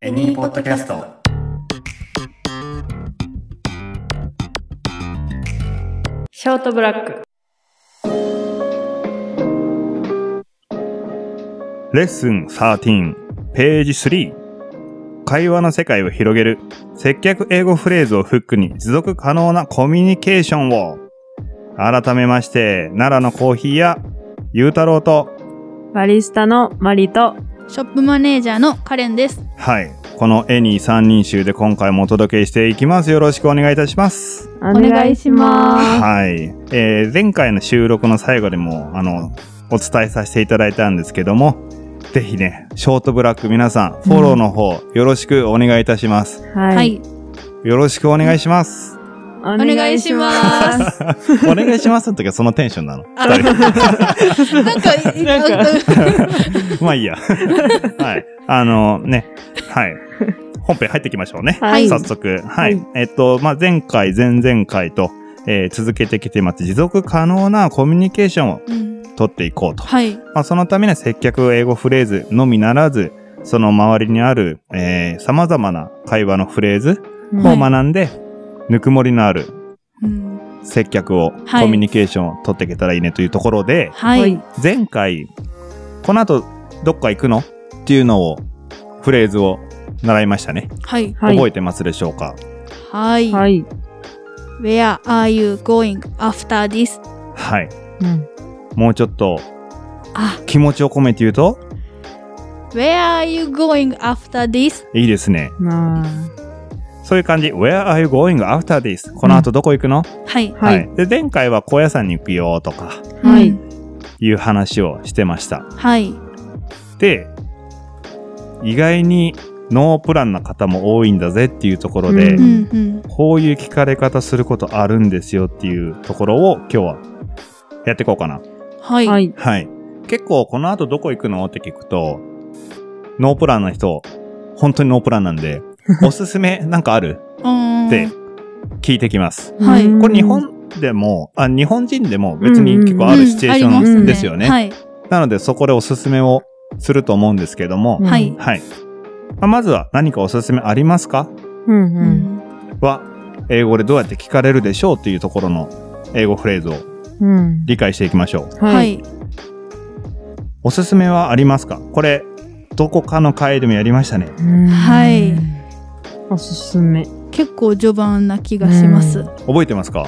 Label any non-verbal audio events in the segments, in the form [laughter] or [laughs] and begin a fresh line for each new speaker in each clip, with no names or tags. エニーポッドキャスト。
ショートブラック。
レッスン13ページ3会話の世界を広げる接客英語フレーズをフックに持続可能なコミュニケーションを改めまして奈良のコーヒー屋ゆうたろうと
バリスタのマリと。
ショップマネージャーのカレンです。
はいこのエニー3人集で今回もお届けしていきますよろしくお願いいたします
お
願いしま
はい、えー前回の収録の最後でもあのお伝えさせていただいたんですけどもぜひねショートブラック皆さんフォローの方よろしくお願いいたします、
す。は。
はいい。
よろしくお願いします。
お
願いします
願いしま
お願いしますの時はそのテンションなの。
あ [laughs]
二人
なんか、
なん
まあいいや。はい。あのね、はい。本編入ってきましょうね。
はい
早速。はい。
はい
えっと、まあ、前回、前々回と、えー続けてきてます。持続可能なコミュニケーションを
うん
取っていこうと。
はい。
まあ、そのためには接客英語フレーズのみならず、その周りにある、えー、様々な会話のフレーズ
うん
を学んで、ぬくもりのある
うん
接客を、
はい
コミュニケーションを取っていけたらいいねというところで、
は
はいい。。
前回、この後どっか行くのっていうのを、フレーズを習いましたね。
はい。
はい
覚えてますでしょうか
はい。
はい。
Where are you going after this?
はい。
うん
もうちょっと
あ、
気持ちを込めて言うと、
Where are you going after this?
いいですね。
な
そういう感じ。Where are you going after this? この後どこ行くの、
はい。
あ。はい。。
で、前回は高野山に行くよとか、
はい
うん。
いう話をしてました。
はい。
で、意外にノープランな方も多いんだぜっていうところで、
う
うんんうん。
こういう聞かれ方することあるんですよっていうところを今日はやっていこうかな。
はい。
はい。
はい。結構この後どこ行くのって聞くと、ノープランの人、本当にノープランなん
[laughs]
で、おすすめなんかある
うん
って聞いてきます。
はい
これ日本でも、あ、日本人でも別に結構あるシチュエーシ
うんありま
ョ
す
ン
ね
ですよね。
はい。
なのでそこでおすすめをすると思うんですけども、
うん
はい。
はい。まあまずは何かおすすめありますか
うん
う
うん。
ん
は英語でどうやって聞かれるでしょうっていうところの英語フレーズを
うん。
理解していきましょう。
は
はい。
い。
おすすめはありますかこれ、どこかの回でもやりましたね。
うん
はい。
おすすめ。
結構序盤な気がします
うん。
覚えてますか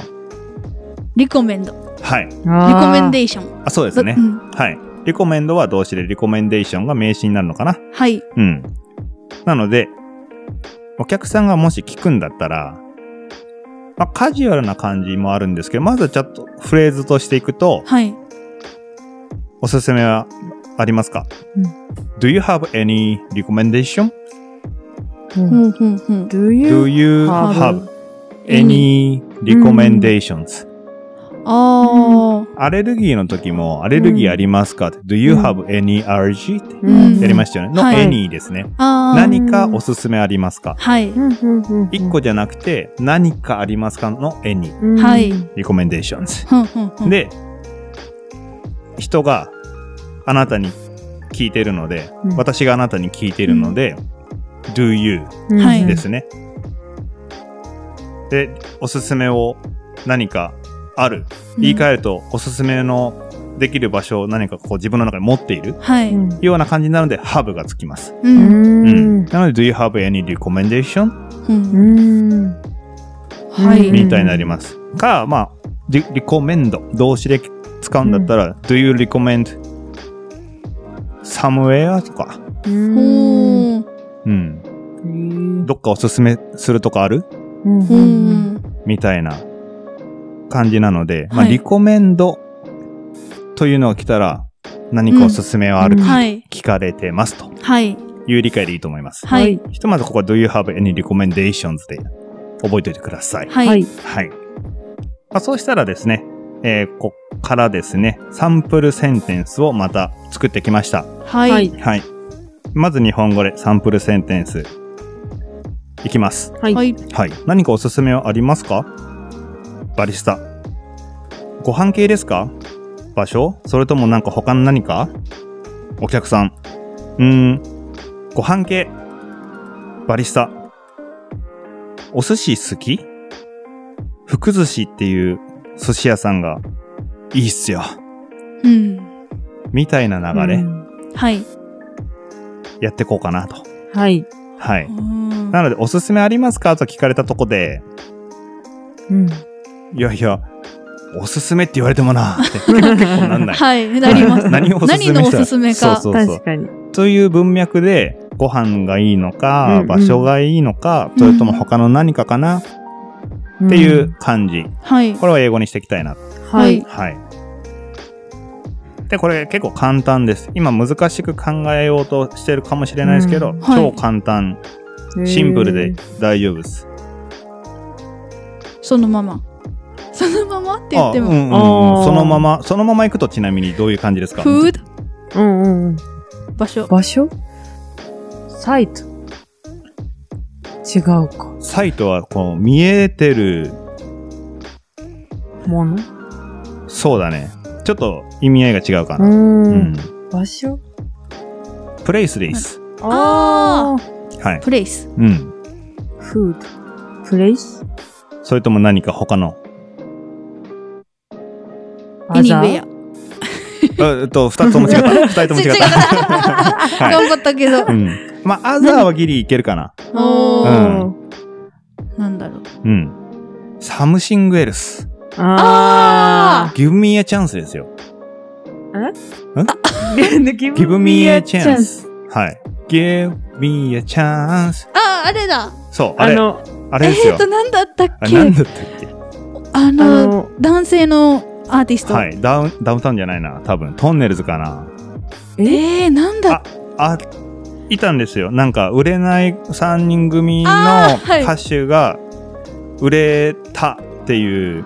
リコメンド。リ
はい。
コメン
で
デーション。
あ、そうですね
う。ん
はい。リコメンドは動詞で、リコメンデーションが名詞になるのかな
はい。
うん。なので、お客さんがもし聞くんだったら、まあ、カジュアルな感じもあるんですけど、まずはちょっとフレーズとしていくと、
はい。
おすすめはありますか、
うん
?Do you have any recommendation?
うんうんう
Do
ん。
Do
you?
you
have
have any recommendations?、
ああ。
アレルギーの時も、アレルギーありますかって、Do you
うん
have any allergy? って
うん
やりましたよね。の
はい
any ですね。
ああ。
何かおすすめありますか
はい。
うんうんうん。
一個じゃなくて、何かありますかの any
うん。
はい
うん
recommendations。
ふんふんふん、
で、人があなたに聞いてるので
うん、
私があなたに聞いてるので、do you
はい
で。すね。で、おすすめを何かある言い換えると、おすすめのできる場所を何かこう自分の中に持っている
うんは
う
い。
ん
ような感じなので、ハブがつきます。
う。
うん。
うんなので、do you have any recommendation?
うん。
うん。
は
う
い。
ん
みたいになります。か、まあ、リ recommend 動詞で使うんだったら、do you recommend somewhere? とか、
うん。
ほー。
うん。
うん
どっかおすすめするとかある
うん
ほ
うん
ー。
みたいな感じなので、まあ、
はい
リコメンドというのが来たら、何かおすすめはある
うん
か
はい。
聞かれてますと
はい。
いう理解でいいと思います。
はい
はい
ひとまずここは Do you have any recommendations で覚えておいてください。
はい。。
はい。まあ、そうしたらですね、えーこっからですね、サンプルセンテンスをまた作ってきました。
はい。
はい。
はい。まず日本語でサンプルセンテンスいきます。
はい。
はい。
はい。何かおすすめはありますかバリスタ。ご飯系ですか場所それともなんか他の何かお客さん。うーん。ご飯系。バリスタ。お寿司好き福寿司っていう寿司屋さんがいいっすよ。
うん。
みたいな流
う
れ
ん
はい。
やってこうかなと。
はい。
は
う
い。
ん
なので、おすすめありますかと聞かれたとこで、
うん。
いやいや、おすすめって言われても
[laughs]
なって結構なんない。。
はい、なりま
[laughs]
す
何をおすすめした
何のおすすめか
そうそうそう
確。かに。
という文脈で、ご飯がいいのか、
うんうん
場所がいいのか、それとも他の何かかな、っていう感じ。
はい。
これは英語にしていきたいな。
うん。はい。
はい。で、これ結構簡単です。今難しく考えようとしてるかもしれないですけど、
うん
は
超
い
簡単、シンプルで大丈夫です。
そのまま。そのままって言って
あう
も。
んうんう
あ
ん、
ー
そのまま、そのまま行くとちなみにどういう感じですか
フード
えー。うんうんうん。
場所。
場所サイト。違うか。
サイトはこう見えてる、
もの
そうだね。ちょっと意味合いが違うかな。う
うんん。。場所
プレイスです。
あ
あ。
はい。
プレイス。
うん。
フード。プレイス
それとも何か他の。
エニウェ
あえっと、二つとも違った。二人とも違った。
ア。
[laughs] はい。
頑張ったけど
う。ん。まあ、アザーはギリいけるかな。
お
う
ー
ん
なんだろう。
うん。サムシングエルス。
あ [laughs]
あ
ギブミーアチャンスですよ。
あ。ギ
give me a chance。はい。give me a chance。
あー、あれだ。
そう、あ
あ
れ、あ
の、
れです
え
よ
っ。と、なんだったっ
あれ
け
なんだったっけ
あ
あ
の、
の、
男性のアーティスト。
はい。ダウン、ダウンタウンじゃないな。多分、トンネルズかな。
えー、なんだ
あ、いたんですよ。なんか、売れない3人組の
あーはい
歌手が、売れたっていう、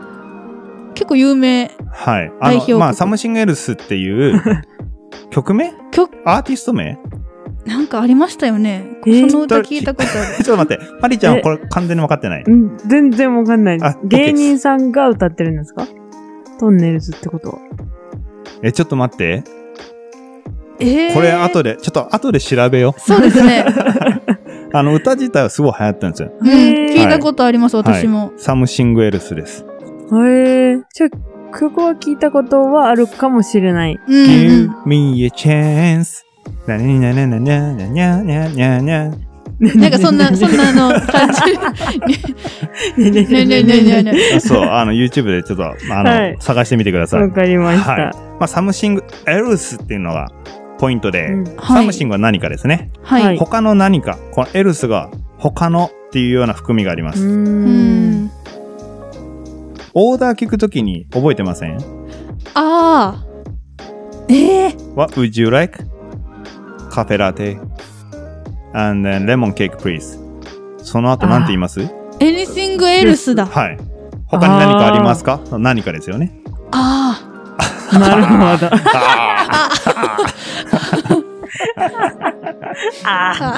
結構有名。
はい。
代表
あの、
曲
まあ、サムシングエルスっていう曲名
曲
アーティスト名
なんかありましたよね。
えー
その歌聞いたことあ
ちょっと待って。マリちゃんはこれ完全に分かってない。
うん、全然わかんない
あ。
芸人さんが歌ってるんですかトンネルズってことは。
え、ちょっと待って。
る。えー、
これ後で、ちょっと後で調べよ
そうですね。
う。あの、歌自体はすごい流行ったんですよ。
うん、
へー
聞いたことあります、
はい
私も。
サムシングエルスです。
へえ。じゃあ、曲は聞いたことはあるかもしれない。
うん、
Give me a chance. なになになにゃにゃにゃにゃにゃにゃ
うん。なんかそん
[laughs]
[laughs]
な、そんなあの感じ。
ねね
ねねねねね。
あそう、あの、YouTube でちょっと、あの、
はい
探してみてください。
わかりまし
はい
た。
まあ、サムシングエルスっていうのがポイントで、
うん
は
サ
い
ムシングは何かですね。
は。
はいい
他の何か、このエルスが他のっていうような含みがありま
う
す。
ー
う
ん。
ん。
オーダー聞くときに覚えてません
ああ。ええ
What would you like? カフェラテ and then lemon cake please その後なんて言います
anything else だ。
はい他に何かありますか何かですよね
あ
な
[laughs]
るほど。
は
あ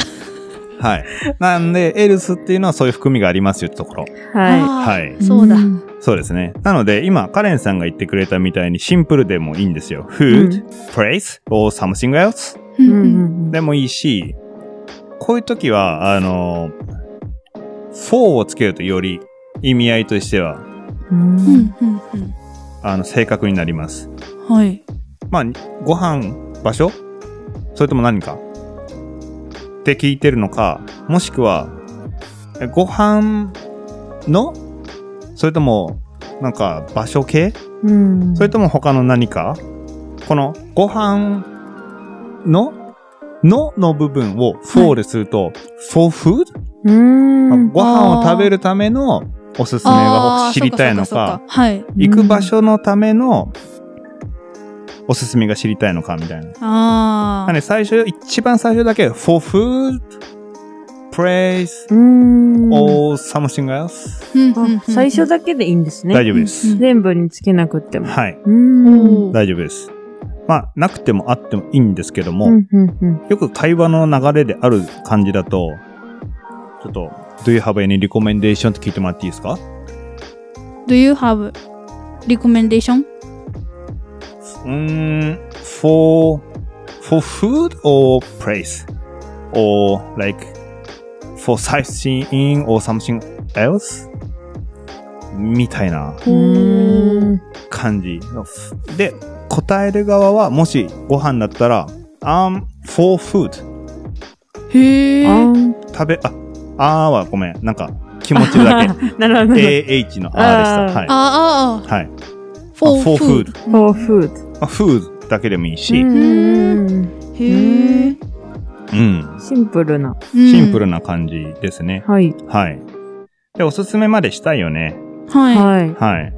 いなんでエルスっていうのはそういう含みがありますよってところ
あ。
あ。
は
ああ
はい
そうだ。
ん
そうですねなので今カレンさんが言ってくれたみたいにシンプルでもいいんですよ
うん
food place or something else
う
う
んんう
うん
ん
でもいいしこういう時はあの for をつけるとより意味合いとしては
うん
う。んうんうん
あの、正確になります。
はい。
まあ、ご飯、場所それとも何かって聞いてるのか、もしくは、えご飯のそれとも、なんか、場所系
うん。
それとも他の何かこの、ご飯ののの部分を for ですると、for food?
うーん。
ご飯を食べるためのおすすめが
あー
知りたいの
そう
か
そう、そうはい。
行く場所のためのおすすめが知りたいのかみたいな。
あ
なので最初、一番最初だけ、for food, place,
うん。
or something else.
あ
あ最初
だ
だけでいいんですね。
大丈夫です。
うん
全部につけなくっても。
はい。
うーん。
おー
大丈夫です。まあ、なくてもあってもいいんですけども、
うんうんうん
よく会話の流れである感じだと、ちょっと、do you have any recommendation って聞いてもらっていいですか
Do you have recommendation?
うーん、for, for food or place? or like for sightseeing or something else? みたいな
うーん。
感じ。で、答える側は、もしご飯だったら、I'm for food.
へ
あ
え。
ん
食べ、あ、あーはごめん。なんか、気持ちだけ。
な
[laughs]
るほど。
AH のあーでした。はい。
ああ、
はい。
for
for
food。
for food.
まあ、food だけでもいいし、
うん。
へえ。
うん。
シンプルな。
シンプル
な。
な感じですね。
はい。
はい。で、おすすめまでしたいよね。
は
はい。
はい。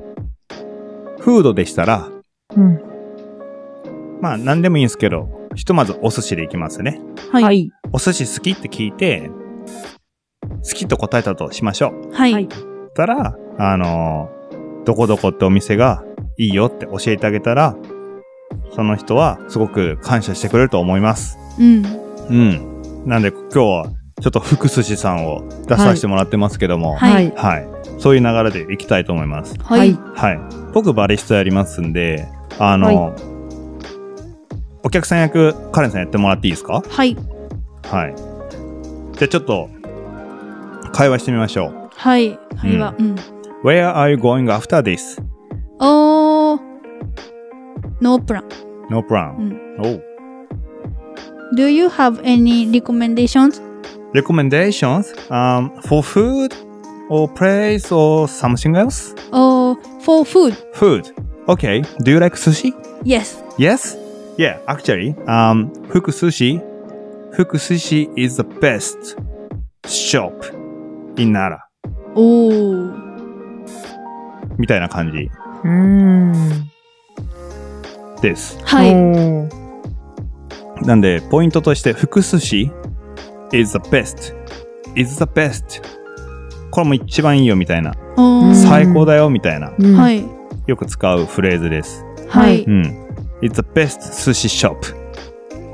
フードでしたら、
うん。
まあ何でもいいんですけど、ひとまずお寿司でいきますね。
い。
は
はい。
い。
お寿司好きって聞いて、好きと答えたとしましょう。
は
はいい。
たら、あのーどこどこってお店がいいよって教えてあげたら、その人はすごく感謝してくれると思います。
うん。
うん。なんで今日はちょっと福寿司さんを出させてもらってますけども、
はい
はい。
はい。そういう流れでいきたいと思います。
は
はい
い。
はい。僕バリスタやりますんで、あの、
は
お客さん役、カレンさんやってもらっていいですか
はい。
はい。じゃあちょっと、会話してみましょう。
はい。会話。うん。
Where are you going after this?
おー。No plan.
No
う
plan.、
ん。
Oh.
Do you have any recommendations?
Recommendations? Um, for food? Or place? Or something else?
Oh, for food.
Food. Okay. Do you like sushi?
Yes.
Yes? Yeah, actually, um, Fuku Sushi, Fuku Sushi is the best shop in Nara.
おー。
みたいな感じ
うーん。
です。
はい。
おー
なんで、ポイントとして、福寿司 is the best, is the best. これも一番いいよみたいな。
お
うん
ー。
最高だよみたいな。
うん
はい。
よく使うフレーズです。
はい。
う。
うん
It's the best sushi shop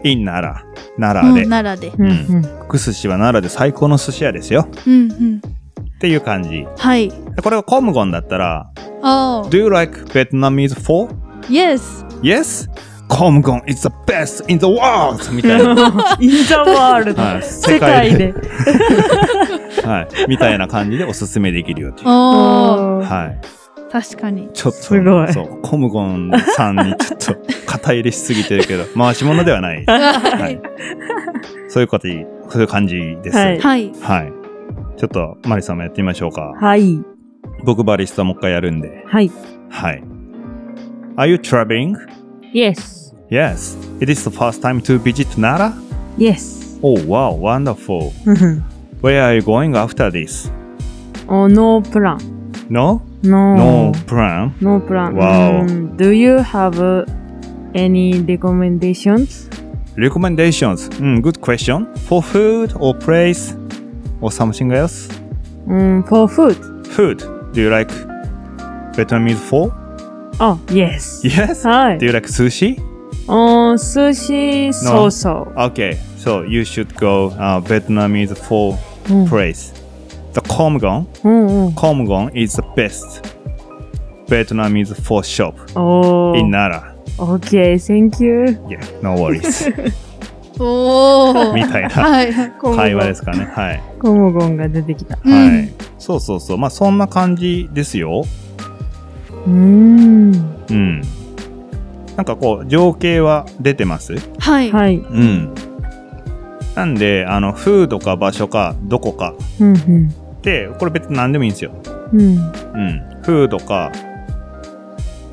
in Nara. 奈良
ん
で。
奈良で。
うん
う
うん
福寿司は奈良で最高の寿司屋ですよ。
うんうん。
っていう感じ。
はい。
これがコムゴンだったら、
おー。
Do you like Vietnamese food?
Yes.
Yes? コムゴン is the best in the world! み
[laughs]
たいな。
インザワールド
はい。
世界で。
はい。みたいな感じでおすすめできるよっていう。
おー。
おー
はい。
確かに。
ちょっと、
すごい
そう、コムゴンさんにちょっと肩入れしすぎてるけ
[laughs]
ど、回し物ではない。は。
はい
そういうことで、そういう感じです。は。
はいい
はい。
ちょっと、マリさんもやってみましょうか。
はい。
僕バリスタもう一回やるんで。
はい。
はい。Are you traveling?
Yes.
Yes. It is the first time to visit Nara?
Yes.
Oh, wow. Wonderful.
うんうん
Where are you going after this?
Oh, no plan.
No?
No.
No plan.
No plan.
Wow.
Mm, Do you have uh, any recommendations?
Recommendations. Mm, good question. For food or place or something else?
Mm, for food?
Food. Do you like Vietnamese food?
Oh, yes.
[laughs] Yes.
Hi.
Do you like sushi?
Oh, sushi
No.
so-so.
Okay. So you should go uh, Vietnamese food
Mm.
place. The Comgon.
うんうん。
Comgon is the best Vietnamese food shop
Oh.
in Nara.
Okay, thank you.
Yeah. No
[laughs]
worries.
おー。
みたいな
はい。はい。
Oh.
会話ですかね。はい。
コモゴンが出てきた。
うん
はい。そうそうそう。まあそんな感じですよ。
うーん。
うん。なんかこう、情景は出てます
はい。
はい。
うん。なんで、あの、風土か場所か、どこか
うんうん。
って、これ別に何でもいいんですよ。
うん。
うん。風土か、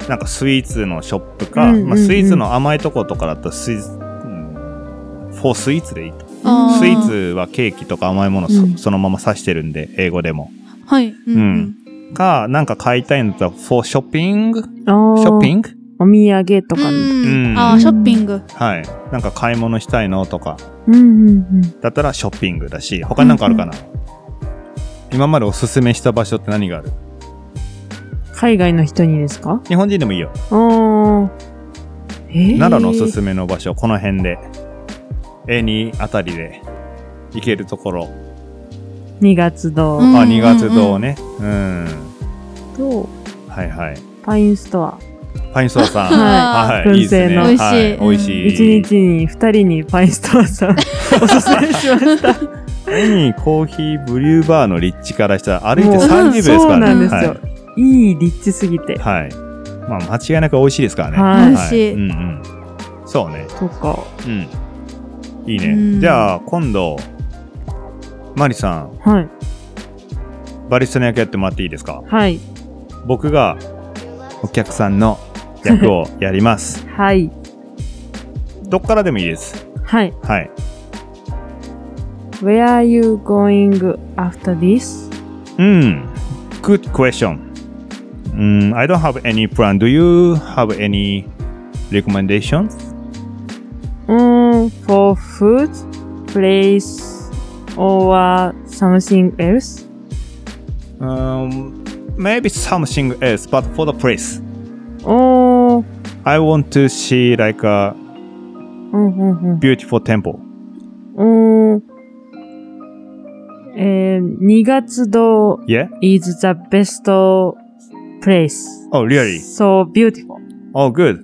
なんかスイーツのショップか、
うんうんうん
まあ、スイーツの甘いとことかだったらスイーツ、うん、フォースイーツでいいと。
あ
スイー。ツはケーキとか甘いものそ,、
うん
そのまま指してるんで、英語でも。
はい。うんうん。
か、なんか買いたいんだったら、フォーショッピングシ
あー
ョッピング
お土産とか
う
ね。
うんん
あー、ショッピング。
はい。なんか買い物したいのとか。
うんうん
だったらショッピングだし、他になんかあるかな、今までおすすめした場所って何がある
うん。海外の人にですか
日本人でもいいよ。
あー。えー、
奈良のおすすめの場所、この辺で。Any あたりで行けるところ。
め。2月堂
うん
あ、二月堂ね。うん。
と、
はいはい。フ
パインストア。
ァインソーさん。
はい
はい、いいですね。
燻製の
は
美味しい
美味し
一
い。
日に二人にパインストアさんおすすめしました。
エミコーヒーブリューバーの立地からしたら歩いて
もう
30秒です
そう
か
な
ら
んで
ね。
すよ。い、い立地すぎて。
はい。はい。まあ、間違いなく美味しいですからね。
はい
美味しい
うんうん。そうね。
とか。
うん。いいね。
うん
じゃあ、今度、マリさん、
はい。
バリスタの役やってもらっていいですか
はい。
僕がお客さんの役をやり
[laughs]
ます。
はい。
どっからでもいいです。
はい。
はい。
Where are you going after this?
うん。Good question. うん、I don't have any plan. Do you have any recommendations?
うーん、for food, place, or something else?
Um, maybe something else, but for the place.
おー、
I want to see like a
うんうんうん
beautiful temple.。
うーん。えー、2月堂
Yeah?
is the best place.
Oh, really?
So beautiful.
Oh, good.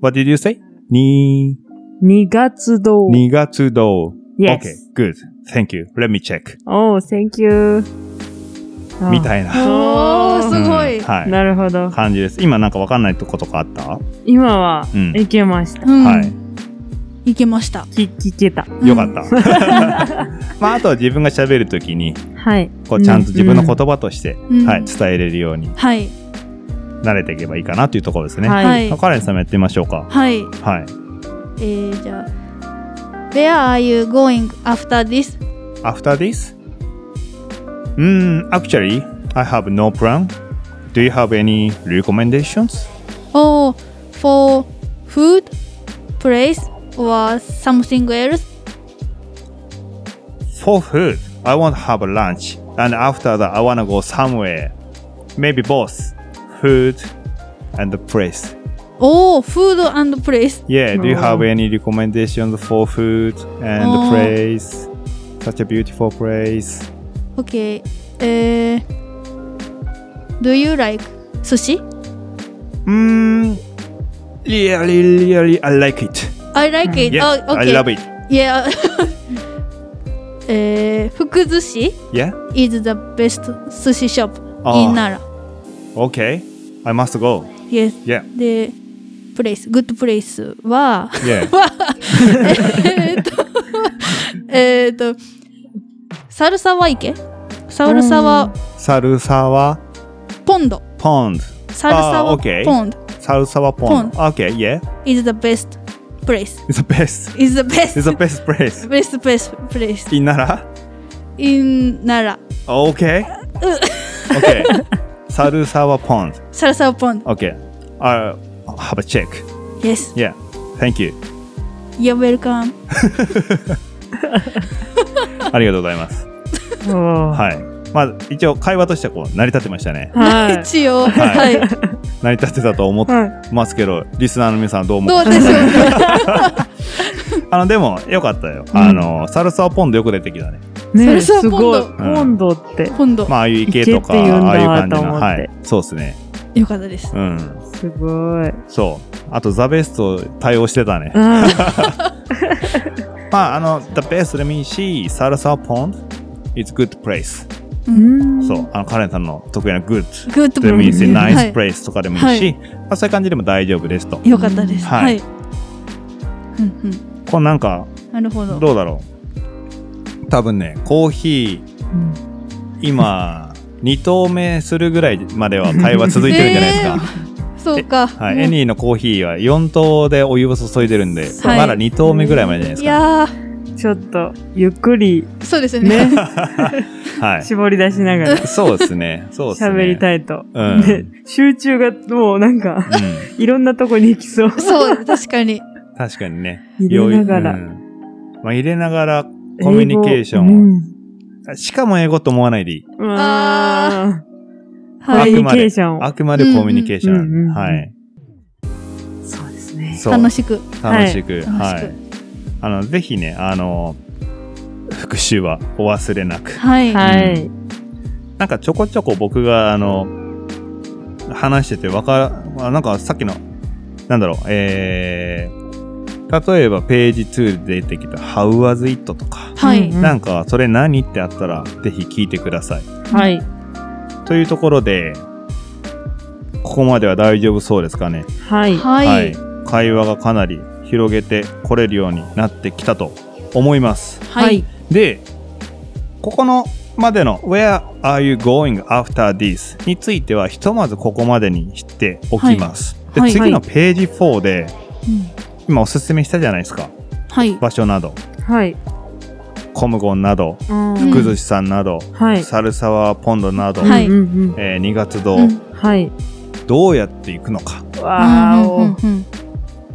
What did you say? に、
2月堂。
二月堂。
Yes.
Okay, good. Thank you. Let me check.
Oh, thank you. あ
みたいな。
お [laughs] ー、すごい。
うんは
なるほど
い。。感じです。今なんかわかんないとことかあった
今は、
うん
いけました。
うん
はい。
いけました。
き聞けた。
よかった。まあ、あとは自分が喋るときに、
はい。
こう、ちゃんと自分の言葉として、
うん
はい、伝えれるように
はい。
慣れていけばいいかなというところですね。
はい
はい
カレンさんもやってみましょうか。
はい。
はい。
えー、じゃあ。Where are you going after this?
After this? Mm, actually, I have no plan. Do you have any recommendations?
Oh, for food, place, or something else?
For food, I want to have lunch, and after that, I want to go somewhere. Maybe both food and the place.
Oh, food and place.
Yeah, do you
Oh.
have any recommendations for food and
Oh.
place? Such a beautiful place.
Okay. Uh, do you like sushi?
Mm, really, really, I like it.
I like it.
Yes,
oh, okay.
I love it.
Yeah. [laughs] uh, Fukuzushi
Yeah.
is the best sushi shop
Oh.
in Nara.
Okay, I must go.
Yes.
Yeah.
で、プレイス、グッドプレイス [laughs] は、
Yeah.
え [laughs] ーっと、えーっと、サルサワイケサルサワ
サルサワ
ポンド。
pond.
サルサ
あ
ワ
ー OK
ポンド
Sarusawa pond. Okay, yeah.
is the best place.
It's the best.
is the best.
It's the best [laughs] place.
[laughs] best best place
In Nara?
in Nara.
[laughs]
Okay. Okay. Sarusawa pond.
サルサワポンド。
Okay. I'll have a check.
Yes.
Yeah. Thank you.
You're welcome.
ありがとうございます。
おー
はい。まあ、一応会話としてはこう成り立ってましたね。
[laughs]
はい。
一応、は。
はい成り立ってたと思って
はい。
ますけど、リスナーの皆さんどう思
ど
う
うでしょうか
[laughs] あの、でも、よかったよ。あの、サルサワポンドよく出てきたね。
ねえ、
それさ
すごい。
今
度
ポンドって、
ポンド。
まあ、ああいう池とか、
池って言うんだ
ああいう感
と
じの。
思って
はい。そうですね。
よかったです。
うん。
すご
[laughs]
い。
そう。あと、ザ・ベスト対応してたね。
あ
まあ、あの、The best でもいいし、サルサーポンド is good place。
ーうん
そう。あの、カレンさんの得意な good
グッドプ
でもいいし、
うん
nice place とかでもいいし、まあ、そういう感じでも大丈夫ですと。
よかったです。
はい
はい。うんうん。
こうなんか、
なるほど。
どうだろう。多分ね、コーヒー、
うん [laughs]
今、2投目するぐらいまでは会話続いてるんじゃないですか。
そうか。
はい、
もう
エニーのコーヒーは4投でお湯を注いでるんで、
はい
まだ2投目ぐらいまでじゃない
い
で
やー、
ちょっと、ゆっくり
そうですよね。
ね、
すか。はい。
絞り出しながら
そうですね。そうですね。
喋りたいと。
うん
で集中がもうなんか、
うん
いろんなとこに行きそう。
[laughs] そう、確かに。
確かにね。
入れながら
よいうんまあ、入れながらコミュニケーショ
英語
ンを、しかも英語と思わないでいい。
うんあーコ
は
ミュ
い。
ニケーションを
あくまでコミュニケーショ
うんうんうんう
ン。
ん
はい。
そうですね。
そう
楽しく。
楽しく。
はい
は
楽し
い。あの、ぜひね、あの、復習はお忘れなく。
はい。
はい。
なんかちょこちょこ僕が、あの、話しててわから、あなんかさっきの、なんだろう、えー、例えばページ2で出てきた How was it? とか、
はい、
うん
なんかそれ何ってあったらぜひ聞いてください。
はい。
というところで、ここまでは大丈夫そうですかね。
はい。
はい、
会話がかなり広げてこれるようになってきたと思います。
はい。
で、ここのまでの Where are you going after this? についてはひとまずここまでにしておきます。で、
はい
次のページ4で、
うん
今おすすめしたじゃないですか。
はい、
場所など、
はい。
コムゴンなど、
うん
ん
福寿司さんなど、
はい。
サルサワーポンドなど、
はい
うんうんうん
えー、2月堂、
うん
はい。
どうやって行くのか。
わー
うん
お。
うんうん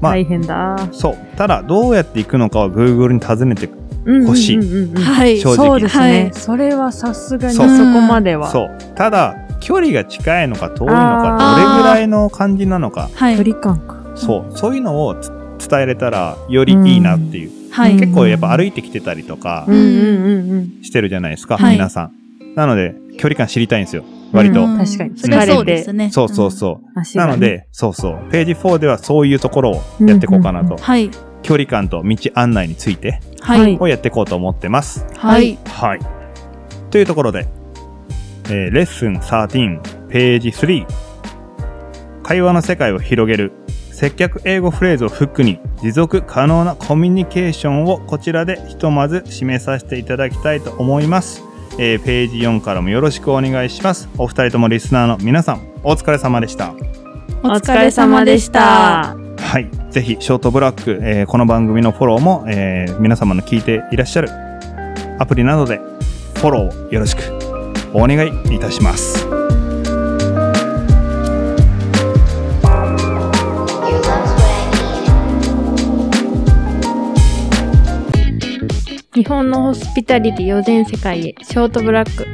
まあ
大変だ。
そう。ただ、どうやって行くのかは Google に尋ねて、欲しい
うんうんうんうん
はい、
正直
そうです
は
ね
い。
それはさすがにそ
そう
こまでは。
そう。ただ、距離が近いのか遠いの
あ
か、ど
ー
れぐらいの感じなのか、
はい
距離感か。
そう。そういうのをつ伝えれたら、よりいいなっていう。
はい、
結構やっぱ歩いてきてたりとか
うんうんうんうん。
してるじゃないですか、
はい
皆さん。なので、距離感知りたいんですよ。割と。
うん
うん
確かに
それはそうですね。
そうそうそう。
足が
な
ね
ので、そうそう。ページ4ではそういうところをやっていこうかなと。
うんうんう
はい、
距離感と道案内について
はい、
をやっていこうと思ってます。
はい、
はい。というところで、えーレッスン13ページ3会話の世界を広げる接客英語フレーズをフックに持続可能なコミュニケーションをこちらでひとまず締めさせていただきたいと思います、えーページ4からもよろしくお願いしますお二人ともリスナーの皆さんお疲れ様でした
お
お
疲
疲
れ
れ
様
様
で
で
し
した
た。。
はい。ぜひ、ショートブラック、えーこの番組のフォローも、えー皆様の聞いていらっしゃるアプリなどで、フォローをよろしくお願いいたします。
日本のホスピタリティを全世界へショートブラック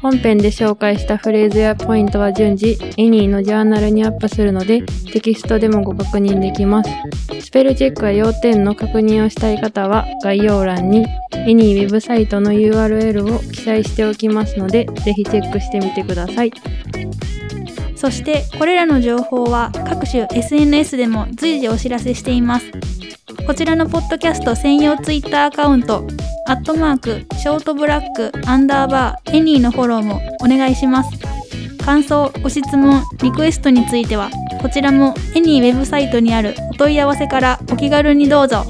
本編で紹介したフレーズやポイントは順次エニーのジャーナルにアップするのでテキストでもご確認できますスペルチェックや要点の確認をしたい方は概要欄にエニーウェブサイトの URL を記載しておきますのでぜひチェックしてみてください
そしてこれらの情報は各種 SNS でも随時お知らせしていますこちらのポッドキャスト専用ツイッターアカウントアットマークショートブラックアンダーバーエニーのフォローもお願いします感想ご質問リクエストについてはこちらもエニーウェブサイトにあるお問い合わせからお気軽にどうぞ